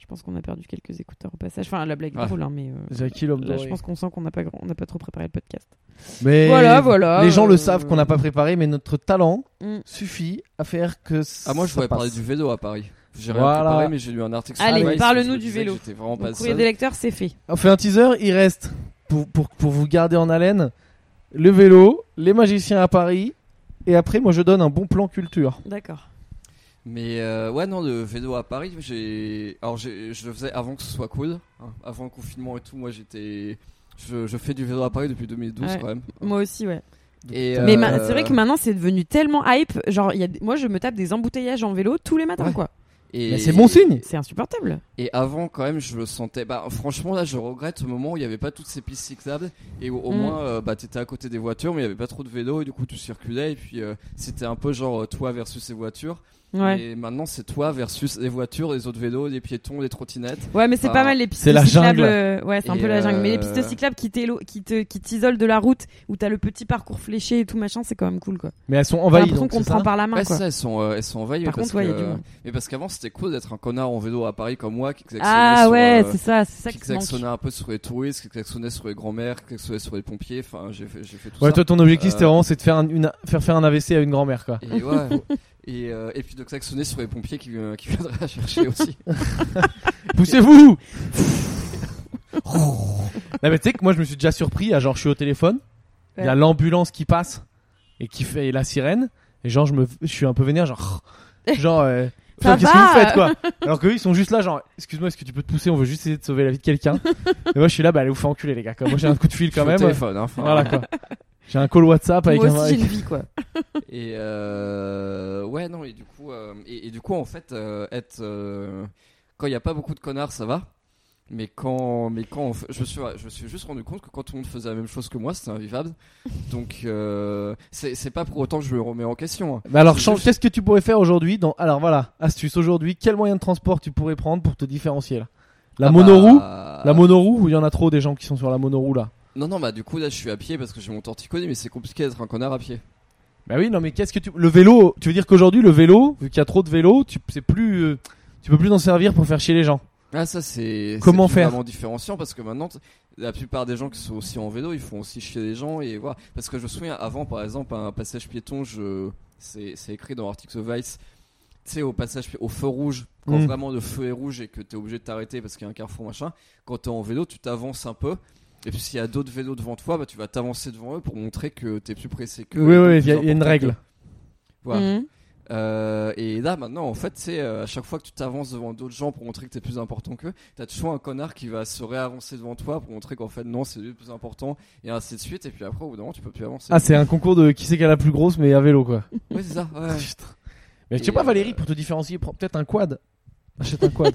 C: Je pense qu'on a perdu quelques écouteurs au passage. Enfin, la blague est
B: Ouais.
C: drôle, hein, mais euh,
A: Jackie l'homme
C: là,
A: Ah. doré.
C: je pense qu'on sent qu'on n'a pas, grand- on n'a pas trop préparé le podcast.
A: bah Mais
C: Voilà, voilà.
A: Les gens le
C: euh,
A: savent qu'on n'a pas préparé, mais notre talent
C: Mm.
A: suffit à faire que.
B: Ah, moi, je
A: ça
B: voulais
A: passe.
B: parler du vélo à Paris. J'ai rien
A: Voilà.
B: préparé, mais j'ai lu un article sur
C: Allez,
B: Vice,
C: parle-nous
B: je
C: du
B: disais
C: vélo.
B: que J'étais vraiment
C: Le
B: pas
C: courrier
B: seul.
C: des lecteurs, c'est fait.
A: On fait un teaser, il reste, pour, pour, pour vous garder en haleine, le vélo, les magiciens à Paris, et après, moi, je donne un bon plan culture.
C: D'accord.
B: Mais euh, ouais, non, le vélo à Paris, j'ai. Alors, j'ai- je le faisais avant que ce soit cool, hein. avant le confinement et tout. Moi, j'étais. Je, je fais du vélo à Paris depuis 2012
C: Ouais.
B: quand même.
C: Moi aussi, ouais.
B: Et,
C: Mais
B: euh,
C: ma- c'est vrai que maintenant, c'est devenu tellement hype. Genre, il y a... des- moi, je me tape des embouteillages en vélo tous les matins,
B: Ouais.
C: quoi.
B: Et
A: Mais c'est bon signe.
C: C'est insupportable.
B: Et avant, quand même, je le sentais. Bah, franchement, là, je regrette le moment où il n'y avait pas toutes ces pistes cyclables et où au
C: Mm.
B: moins, euh, bah, t'étais à côté des voitures, mais il n'y avait pas trop de vélos et du coup, tu circulais. Et puis, euh, c'était un peu genre euh, toi versus les voitures.
C: Ouais.
B: Et maintenant, c'est toi versus les voitures, les autres vélos, les piétons, les trottinettes.
C: Ouais, mais c'est
B: Bah,
C: pas mal les pistes
A: c'est la
C: cyclables.
A: jungle.
C: euh, ouais, c'est un
B: Et,
C: peu la jungle. Mais les
B: euh,
C: pistes cyclables qui t'élo- qui te- qui t'isolent de la route, où t'as le petit parcours fléché et tout machin, c'est quand même cool quoi.
A: Mais elles sont
C: T'as
A: envahies.
C: l'impression
A: Donc,
C: qu'on
A: c'est
C: te prend
A: ça
C: par la main
B: Ouais,
C: quoi.
B: ça, elles sont, euh, elles sont envahies.
C: Par
B: parce
C: contre, ouais, il y a
B: que-
C: du monde.
B: Mais parce qu'avant, c'était cool d'être un connard en vélo à Paris comme moi qui klaxonnait
C: Ah
B: sur,
C: ouais,
B: euh,
C: c'est ça, c'est ça
B: qui
C: qui te manque.
B: klaxonnait un peu sur les touristes, qui klaxonnait sur les grands-mères, qui klaxonnait sur les pompiers. Enfin, j'ai fait, j'ai fait tout
A: Ouais,
B: ça.
A: toi, ton objectif,
B: Euh,
A: c'était vraiment c'est de faire, un- une, faire faire un AVC à une grand-mère, quoi.
B: Et ouais, et, euh, et puis de klaxonner sur les pompiers qui, euh, qui viendraient la chercher aussi.
A: Poussez-vous Non, mais tu sais que moi, je me suis déjà surpris. À genre, je suis au téléphone, il y a
C: Ouais.
A: l'ambulance qui passe et qui fait la sirène. Et genre, je, me, je suis un peu vénère, genre. Genre, euh, putain,
C: Ça
A: qu'est-ce que
C: va
A: vous faites, quoi Alors qu'eux, ils sont juste là, genre, excuse-moi, est-ce que tu peux te pousser On veut juste essayer de sauver la vie de quelqu'un. Et moi, je suis là, bah, allez vous faire enculer, les gars. Quoi. Moi, j'ai un coup de fil quand
B: Je suis
A: même.
B: au téléphone, hein, enfin.
A: Voilà, quoi. J'ai un call WhatsApp avec
C: Moi
A: un.
C: aussi j'ai une vie quoi.
B: Et euh, ouais, non, et du coup, euh, et, et du coup, en fait, euh, être euh, quand il n'y a pas beaucoup de connards, ça va. Mais quand, mais quand, on fait- je me suis, je me suis juste rendu compte que quand tout le monde faisait la même chose que moi, c'était invivable. Donc, euh, c'est c'est pas pour autant que je me remets en question. hein.
A: Mais Bah, alors,
B: C'est
A: change,
B: juste-
A: qu'est-ce que tu pourrais faire aujourd'hui dans... Alors voilà, astuce aujourd'hui, quel moyen de transport tu pourrais prendre pour te différencier là La
B: Ah
A: monoroue
B: bah,
A: La monoroue ou il y en a trop des gens qui sont sur la monoroue là
B: Non, non, bah du coup là, je suis à pied parce que j'ai mon torticolis, mais c'est compliqué d'être un connard à pied.
A: Bah oui, non mais qu'est-ce que tu. Le vélo, tu veux dire qu'aujourd'hui, le vélo, vu qu'il y a trop de vélos, tu c'est plus. euh, Tu peux plus t'en servir pour faire chier les gens.
B: Ah ça c'est
A: Comment
B: c'est
A: faire
B: vraiment différenciant parce que maintenant t- la plupart des gens qui sont aussi en vélo ils font aussi chier les gens et voilà parce que je me souviens avant par exemple un passage piéton je c'est c'est écrit dans l'article de Vice tu sais au passage pi- au feu rouge quand
A: Mm.
B: vraiment le feu est rouge et que t'es obligé de t'arrêter parce qu'il y a un carrefour machin quand t'es en vélo tu t'avances un peu et puis s'il y a d'autres vélos devant toi bah tu vas t'avancer devant eux pour montrer que t'es plus pressé que
A: oui, oui, il y, a- il y a une règle.
B: voilà
C: Mhm.
B: euh, et là maintenant en fait c'est euh, à chaque fois que tu t'avances devant d'autres gens pour montrer que t'es plus important qu'eux, t'as toujours un connard qui va se réavancer devant toi pour montrer qu'en fait non c'est lui le plus important et ainsi de suite et puis après au bout d'un moment tu peux plus avancer.
A: Ah, c'est un concours de qui c'est qui a la plus grosse mais à vélo quoi.
B: Ouais c'est ça. ouais.
A: Putain. Mais je sais
B: Et,
A: pas,
B: euh,
A: Valérie, pour te différencier, prends peut-être un quad. Achète un quad.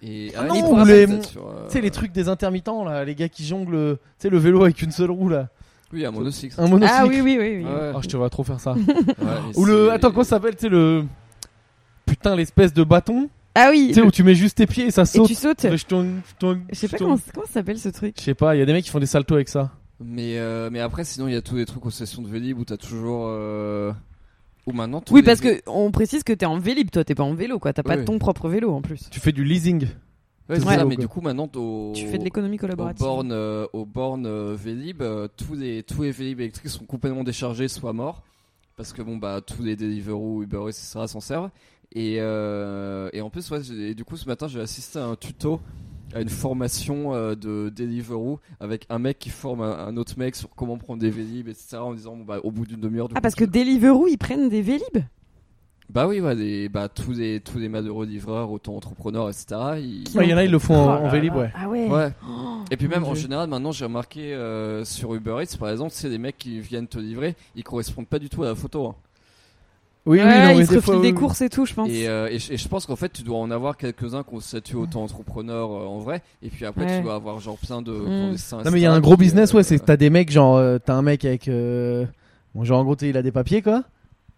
B: Et
A: Ah
B: ouais,
A: non,
B: et
A: ou
B: pour
A: les-
B: ça, peut-être sur, euh,
A: tu sais, les trucs des intermittents là, les gars qui jonglent, euh, tu sais, le vélo avec une seule roue là.
B: Oui à monocycle.
A: Un monocycle.
C: Ah oui oui oui. oui.
B: Ouais.
A: Ah, je te vois trop faire ça.
B: Ouais, mais
A: Ou le.
B: c'est-
A: Attends, comment ça s'appelle Tu sais, le. Putain, l'espèce de bâton.
C: Ah oui.
A: Tu sais, où tu mets juste tes pieds et ça
C: Et
A: saute.
C: tu sautes.
A: Le ch'tong, ch'tong,
C: Je sais pas
A: ch'tong.
C: comment comment ça s'appelle ce truc.
A: Je sais pas, il y a des mecs qui font des saltos avec ça.
B: Mais euh, mais après sinon il y a tous les trucs aux sessions de Vélib où t'as toujours euh... ou maintenant tous
C: Oui,
B: les
C: parce
B: vé-
C: que on précise que t'es en vélib, toi, t'es pas en vélo, quoi. T'as pas
B: Oui.
C: ton propre vélo en plus.
A: Tu fais du leasing.
B: Ouais, c'est
C: Ouais.
B: ça, mais du coup maintenant au-
C: Tu fais de l'économie
B: aux
C: collaborative.
B: bornes, euh, aux bornes euh, Vélib, euh, tous les tous les Vélib électriques sont complètement déchargés, soit morts, parce que bon bah tous les Deliveroo, Uber Eats, etc. s'en servent. Et, euh, et en plus, ouais, j'ai- et du coup ce matin j'ai assisté à un tuto, à une formation euh, de Deliveroo avec un mec qui forme un, un autre mec sur comment prendre des Vélib, etc. En disant bon, bah au bout d'une demi-heure. du
C: Ah,
B: coup,
C: parce
B: tu-
C: que Deliveroo, ils prennent des vélib
B: Bah oui, ouais, des- bah tous les tous les malheureux livreurs, auto entrepreneurs, etc. ils-
A: Ouais, Il y en a, ils le font
C: Oh
A: en,
C: là
A: en vélib,
C: là.
A: ouais.
C: Ah ouais.
B: Ouais.
C: Oh,
B: Et puis
C: mon
B: même en
C: Dieu.
B: général, maintenant j'ai remarqué euh, sur Uber Eats par exemple, c'est des mecs qui viennent te livrer, ils correspondent pas du tout à la photo. hein.
A: Oui,
C: Ouais,
A: non, mais
C: ils se
A: des
C: refilent
A: fois,
C: des
A: oui.
C: courses et tout, je pense.
B: Et, euh, et je et je pense qu'en fait, tu dois en avoir quelques-uns qu'on statue auto-entrepreneur euh, en vrai, et puis après,
C: Ouais.
B: tu dois avoir genre plein de
C: Mm.
B: clandestins,
A: Non,
B: etc.,
A: mais il y a un gros
B: qui,
A: business,
B: euh,
A: ouais. C'est t'as des mecs, genre, euh, t'as un mec avec. euh, Bon, genre, en gros, tu sais, il a des papiers, quoi.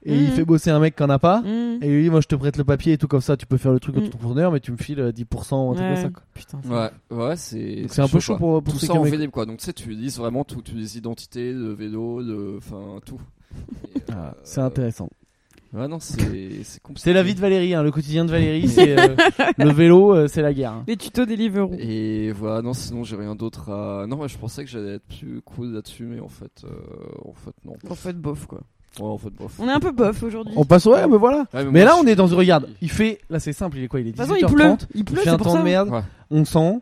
A: Et il
C: Mhm.
A: fait bosser un mec qui en a pas.
C: Mmh.
A: Et lui, moi, je te prête le papier et tout, comme ça, tu peux faire le truc
C: Mm.
A: entrepreneur, mais tu me files euh, 10% ou un truc
C: Ouais.
A: comme ça, quoi.
C: Putain. c'est-
B: Ouais, ouais, c'est.
A: Donc, c'est un peu chaud
B: quoi.
A: pour, pour
B: Tout
A: ceux
B: ça
A: qui
B: en
A: ont-
B: Vélib quoi. Donc tu sais, tu lises vraiment tout, tu les identités, de vélo, de. Enfin, tout. Et,
A: Ah,
B: euh,
A: C'est intéressant.
B: Ouais, non, c'est c'est compliqué.
A: C'est la vie de Valérie, hein, le quotidien de Valérie, c'est euh, le vélo, euh, c'est la guerre. hein.
C: Les tutos Deliveroo.
B: Et voilà, non, sinon j'ai rien d'autre à. Non, mais je pensais que j'allais être plus cool là-dessus, mais en fait, euh, en fait, non.
C: En fait, bof, quoi.
B: Ouais, en fait, bref.
C: On est un peu bof aujourd'hui.
A: On passe, ouais, mais voilà.
B: Ouais,
A: Mais
B: moi,
A: là,
B: je-
A: on est dans regarde. Il fait, là, c'est simple, il est quoi Il est
C: De toute façon, il pleut.
A: 18h30.
C: Il
A: Il
C: pleut,
A: fait
C: c'est
A: un
C: pour
A: temps de
C: ça.
A: merde.
B: Ouais.
A: On sent.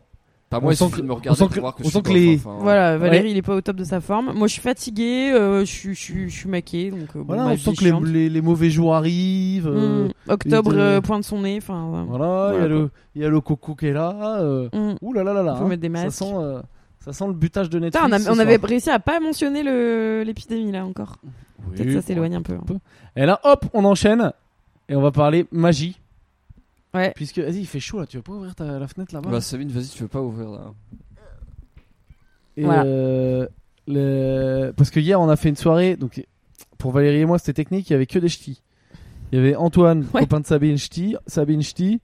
B: Par
A: on
B: moi, il
A: sent
B: suffit
A: que-
B: de me
A: on
B: regarder
A: sent
B: pour
A: que-
B: voir que
A: on sent
B: je suis hein.
A: que
B: bof,
A: les-
B: enfin,
C: Voilà, Valérie, il est pas au top de sa forme. Moi, je suis fatiguée, euh, je suis- je suis je suis maquée, donc euh, bon,
A: Voilà,
C: ma
A: on
C: vie
A: sent
C: est
A: que les,
C: chiante.
A: les- les mauvais jours arrivent. euh,
C: Mmh. Octobre,
A: il est-
C: euh, pointe son nez, enfin. ouais.
A: Voilà, il y a
B: Ouais,
A: le, il y a le coco qui est là. euh,
C: Mmh.
A: Ouh là là là là.
C: Faut mettre des masques.
A: Ça sent, euh, ça sent le butage de Netflix.
C: Putain, on, a-
A: ce
C: on
A: soir.
C: avait réussi à pas mentionner le- l'épidémie là encore.
A: Oui.
C: Peut-être que ça s'éloigne un peu. hein.
A: Et là, hop, on enchaîne et on va parler magie.
C: Ouais.
A: Puisque, vas-y, il fait chaud là, tu vas pas ouvrir ta, la fenêtre là-bas
B: Bah, Sabine, vas-y, tu veux pas ouvrir là.
A: Et,
C: Voilà.
A: euh, le- Parce que hier, on a fait une soirée. Donc, pour Valérie et moi, c'était technique. Il y avait que des ch'tis. Il y avait Antoine,
C: Ouais.
A: copain de Sabine Ch'ti, Sabine Ch'ti,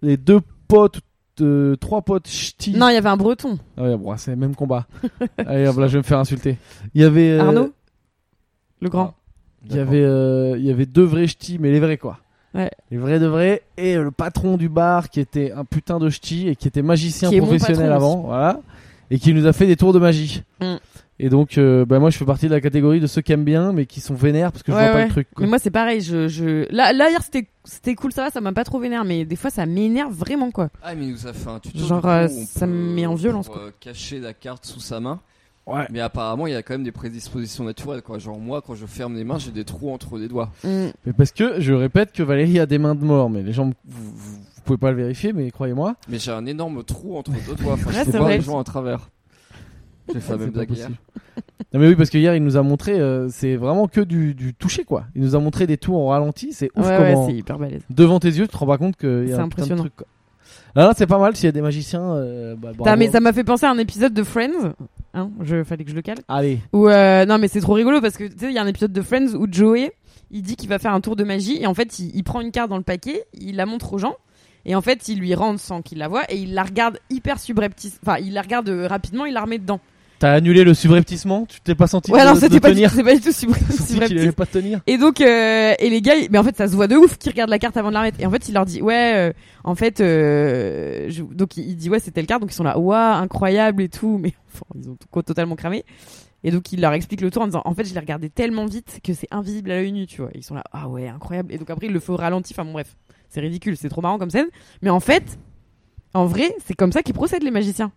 A: les deux potes, euh, trois potes ch'tis.
C: Non, il y avait un breton.
A: Ah ouais, bon, c'est le même combat. Allez, hop, là, je vais me faire insulter. Il y avait euh, Ah,
C: Arnaud Le grand.
A: Il y avait, euh, il y avait deux vrais ch'tis, mais les vrais quoi.
C: Ouais.
A: Les vrais de vrais et euh, le patron du bar qui était un putain de ch'ti et qui était magicien
C: Qui est mon
A: professionnel
C: patron
A: avant, voilà, et qui nous a fait des tours de magie.
C: Mm.
A: Et donc, euh, bah, moi, je fais partie de la catégorie de ceux qui aiment bien, mais qui sont vénères parce que je
C: Ouais,
A: vois pas
C: ouais. Mm.
A: le truc. quoi.
C: Mais moi, c'est pareil. Je, je... Là, là, hier, c'était c'était cool, ça va, ça m'a pas trop vénère, mais des fois, ça m'énerve vraiment, quoi.
B: Ah, mais il nous a fait un tuto.
C: Genre,
B: du coup,
C: euh,
B: où on
C: ça
B: peut-
C: me met en violence,
B: pour, euh, cacher la carte sous sa main.
A: Ouais.
B: Mais apparemment, il y a quand même des prédispositions naturelles, quoi. Genre, moi, quand je ferme les mains, j'ai des trous entre les doigts.
A: Mmh.
C: Mm.
A: Mais parce que je répète que Valérie a des mains de mort, mais les gens, me- vous, vous- vous pouvez pas le vérifier, mais croyez-moi,
B: Mais j'ai un énorme trou entre deux doigts. Enfin,
C: Ouais,
B: je
C: c'est
B: peux voir
C: vrai.
B: les gens à travers. J'ai fait la
A: C'est
B: même
A: pas
B: blague hier.
A: possible. Non mais oui parce que hier il nous a montré euh, c'est vraiment que du, du toucher quoi. Il nous a montré des tours en ralenti, c'est ouf
C: Ouais,
A: comment
C: ouais, c'est hyper balèze.
A: devant tes yeux, tu te rends pas compte qu'il y
C: C'est
A: a un putain de
C: impressionnant.
A: truc. Quoi. Non, non, c'est pas mal s'il y a des magiciens. euh, bah, bravo.
C: Putain, mais ça m'a fait penser à un épisode de Friends. Hein, je fallait que je le cale.
A: Allez,
C: Ou euh, non, mais c'est trop rigolo parce que tu sais, il y a un épisode de Friends où Joey, il dit qu'il va faire un tour de magie et en fait, il, il prend une carte dans le paquet, il la montre aux gens et en fait, il lui rend sans qu'il la voie et il la regarde hyper subreptice. Enfin, il la regarde euh, rapidement, il la remet dedans.
A: t'as annulé le subreptissement, tu t'es pas senti
C: Ouais,
A: de,
C: non,
A: de
C: c'était pas, du-
A: tenir.
C: c'est pas du tout subre-
A: T'as senti qu'il
C: subreptice.
A: allait pas tenir.
C: Et donc, euh, et les gars, ils- mais en fait, ça se voit de ouf qu'ils regardent la carte avant de la remettre. Et en fait, il leur dit, ouais, euh, en fait, euh, je- donc il il dit, ouais, c'est telle carte. Donc ils sont là, ouah, incroyable et tout. Mais enfin, ils ont tout- totalement cramé. Et donc, il leur explique le tour en disant, en fait, je l'ai regardé tellement vite que c'est invisible à l'œil nu, tu vois. Et ils sont là, ah ouais, incroyable. Et donc après, il le fait au ralenti. Enfin, bon, bref, c'est ridicule, c'est trop marrant comme scène. Mais en fait, en vrai, c'est comme ça qu'ils procèdent, les magiciens.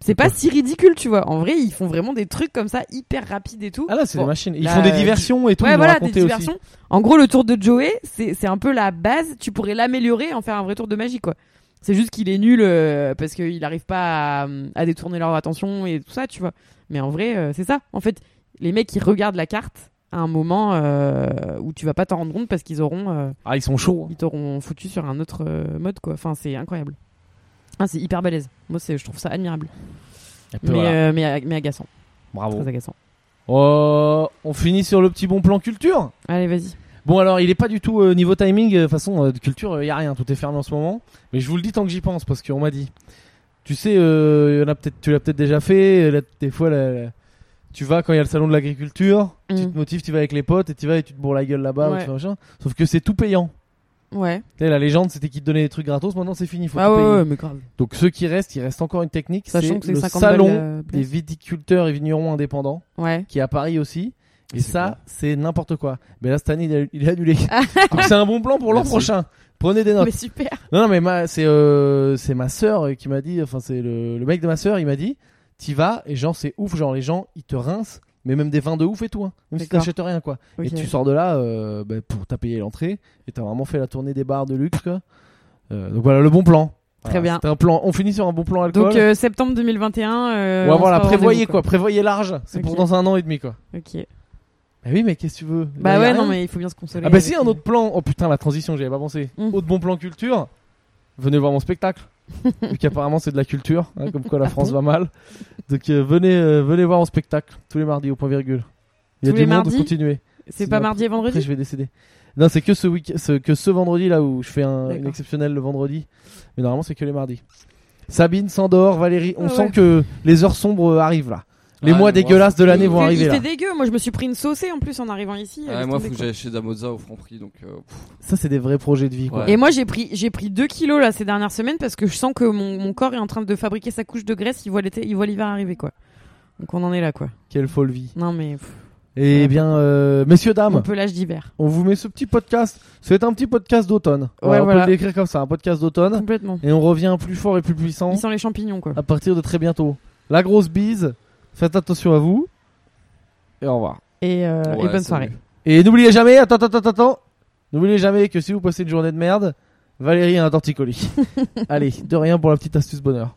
C: C'est pas si ridicule, tu vois. En vrai, ils font vraiment des trucs comme ça, hyper rapides et tout.
A: Ah là, c'est
C: Bon,
A: des machines. Ils
C: là,
A: font des
C: euh,
A: diversions et tout. ils
C: Ouais,
A: nous
C: voilà, des
A: racontaient aussi.
C: diversions. En gros, le tour de Joey, c'est c'est un peu la base. Tu pourrais l'améliorer et en faire un vrai tour de magie, quoi. C'est juste qu'il est nul euh, parce qu'il n'arrive pas à, à détourner leur attention et tout ça, tu vois. Mais en vrai, euh, c'est ça. En fait, les mecs, ils regardent la carte à un moment euh, où tu vas pas t'en rendre compte parce qu'ils auront, euh,
A: Ah, ils sont chauds. hein.
C: ils t'auront foutu sur un autre euh, mode, quoi. Enfin, c'est incroyable. Ah, c'est hyper balèze. Moi, c'est, je trouve ça admirable.
A: Et puis
C: Mais,
A: voilà.
C: euh, mais, mais agaçant.
A: Bravo.
C: Très agaçant.
A: Oh, on finit sur le petit bon plan culture.
C: Allez, vas-y.
A: Bon alors il est pas du tout euh, niveau timing, euh, de toute façon euh, de culture il y a rien, tout est fermé en ce moment. Mais je vous le dis tant que j'y pense parce qu'on m'a dit. Tu sais, euh, y en a peut-être, tu l'as peut-être déjà fait. euh, là, des fois, là, là, tu vas quand il y a le salon de l'agriculture, tu
C: Mm.
A: te motives, tu vas avec les potes et tu vas et tu te bourres la gueule là-bas. ou
C: Ouais.
A: tu fais machin. Sauf que c'est tout payant.
C: Ouais.
A: Tu sais, la légende c'était qu'ils te donnaient des trucs gratos, maintenant c'est fini, faut
C: Ah
A: tout
C: ouais,
A: payer.
C: ouais, mais grave.
A: Donc ceux qui restent, il reste encore une technique,
C: Sachant que c'est
A: le
C: 50
A: salon
C: balles, euh,
A: des viticulteurs et vignerons indépendants
C: Ouais.
A: qui est à Paris aussi.
B: Et
A: Et,
B: c'est quoi
A: ça, c'est n'importe quoi. Mais là, cette année, il, a- il est annulé.
C: Ah.
A: Donc c'est un bon plan pour l'an
B: Merci.
A: prochain. Prenez des notes.
C: Mais super.
A: Non, non, mais ma, c'est euh, c'est ma sœur qui m'a dit, enfin c'est le, le mec de ma sœur, il m'a dit, t'y vas et genre c'est ouf, genre les gens ils te rincent, mais même des vins de ouf et tout, hein. même si
C: D'accord.
A: t'achètes rien quoi.
C: Ok.
A: Et tu sors de là, euh, bah, pour t'as payé l'entrée et t'as vraiment fait la tournée des bars de luxe quoi. Euh, donc voilà le bon plan.
C: Très bien.
A: C'est un plan. On finit sur un bon plan alcool.
C: Donc euh, septembre 2021. Euh,
A: on va voilà,
C: sera au
A: prévoyez
C: rendez-vous,
A: quoi, prévoyez large. C'est pour
C: Ok.
A: dans un an et demi quoi.
C: Ok.
A: Bah oui, mais qu'est-ce que tu veux
C: Bah
A: Là, y a
C: ouais,
A: rien.
C: non mais il faut bien se consoler.
A: Ah bah
C: avec
A: si,
C: les-
A: un autre plan. Oh putain, la transition, j'avais pas pensé.
C: Mm.
A: Autre bon plan culture. Venez voir mon spectacle. Vu qu'apparemment c'est de la culture, hein, comme quoi la
C: Ah
A: France va
C: bon
A: mal. Donc euh, venez, euh, venez voir mon spectacle tous les mardis au point virgule. Il y a
C: Tous
A: du
C: les
A: monde,
C: mardis
A: continuez.
C: C'est
A: Sinon,
C: pas mardi et
A: Après
C: vendredi.
A: je vais décéder. Non, c'est que ce week, ce, que ce vendredi là où je fais un,
C: D'accord.
A: une exceptionnelle le vendredi. Mais normalement c'est que les mardis. Sabine s'endort, Valérie, on
C: Ah ouais.
A: sent que les heures sombres euh, arrivent là. Les
B: Ah,
A: mois
B: mais moi,
A: dégueulasses de l'année
C: Il
A: vont
C: fait-
A: arriver
C: Il
A: là.
C: fait dégueu. Moi je me suis pris une saucée en plus en arrivant ici. euh,
B: Ah,
C: laisse
B: moi,
C: tomber,
B: faut que
C: quoi.
B: j'aille chez Damozza au Franprix, donc euh, pff,
A: Ça c'est des vrais projets de vie quoi.
B: Ouais.
C: Et moi j'ai pris j'ai pris 2 kilos là ces dernières semaines parce que je sens que mon, mon corps est en train de fabriquer sa couche de graisse. Il voit l'été, il voit l'hiver arriver quoi. Donc on en est là quoi.
A: Quelle folle vie.
C: Non mais pff,
A: Eh
C: Ouais.
A: bien, euh, messieurs, dames,
C: on peut l'âge d'hiver.
A: on vous met ce petit podcast. C'est un petit podcast d'automne.
C: Ouais,
A: Voilà, on
C: voilà.
A: peut le décrire comme ça, un podcast d'automne.
C: Complètement.
A: Et on revient plus fort et plus puissant
C: Il sent les champignons quoi.
A: à partir de très bientôt. La grosse bise, faites attention à vous. Et au revoir.
C: Et, euh, et
B: ouais,
C: bonne
B: salut.
C: soirée.
A: Et n'oubliez jamais, attends, attends, attends, attends. N'oubliez jamais que si vous passez une journée de merde, Valérie a un torticolis. Allez, de rien pour la petite astuce bonheur.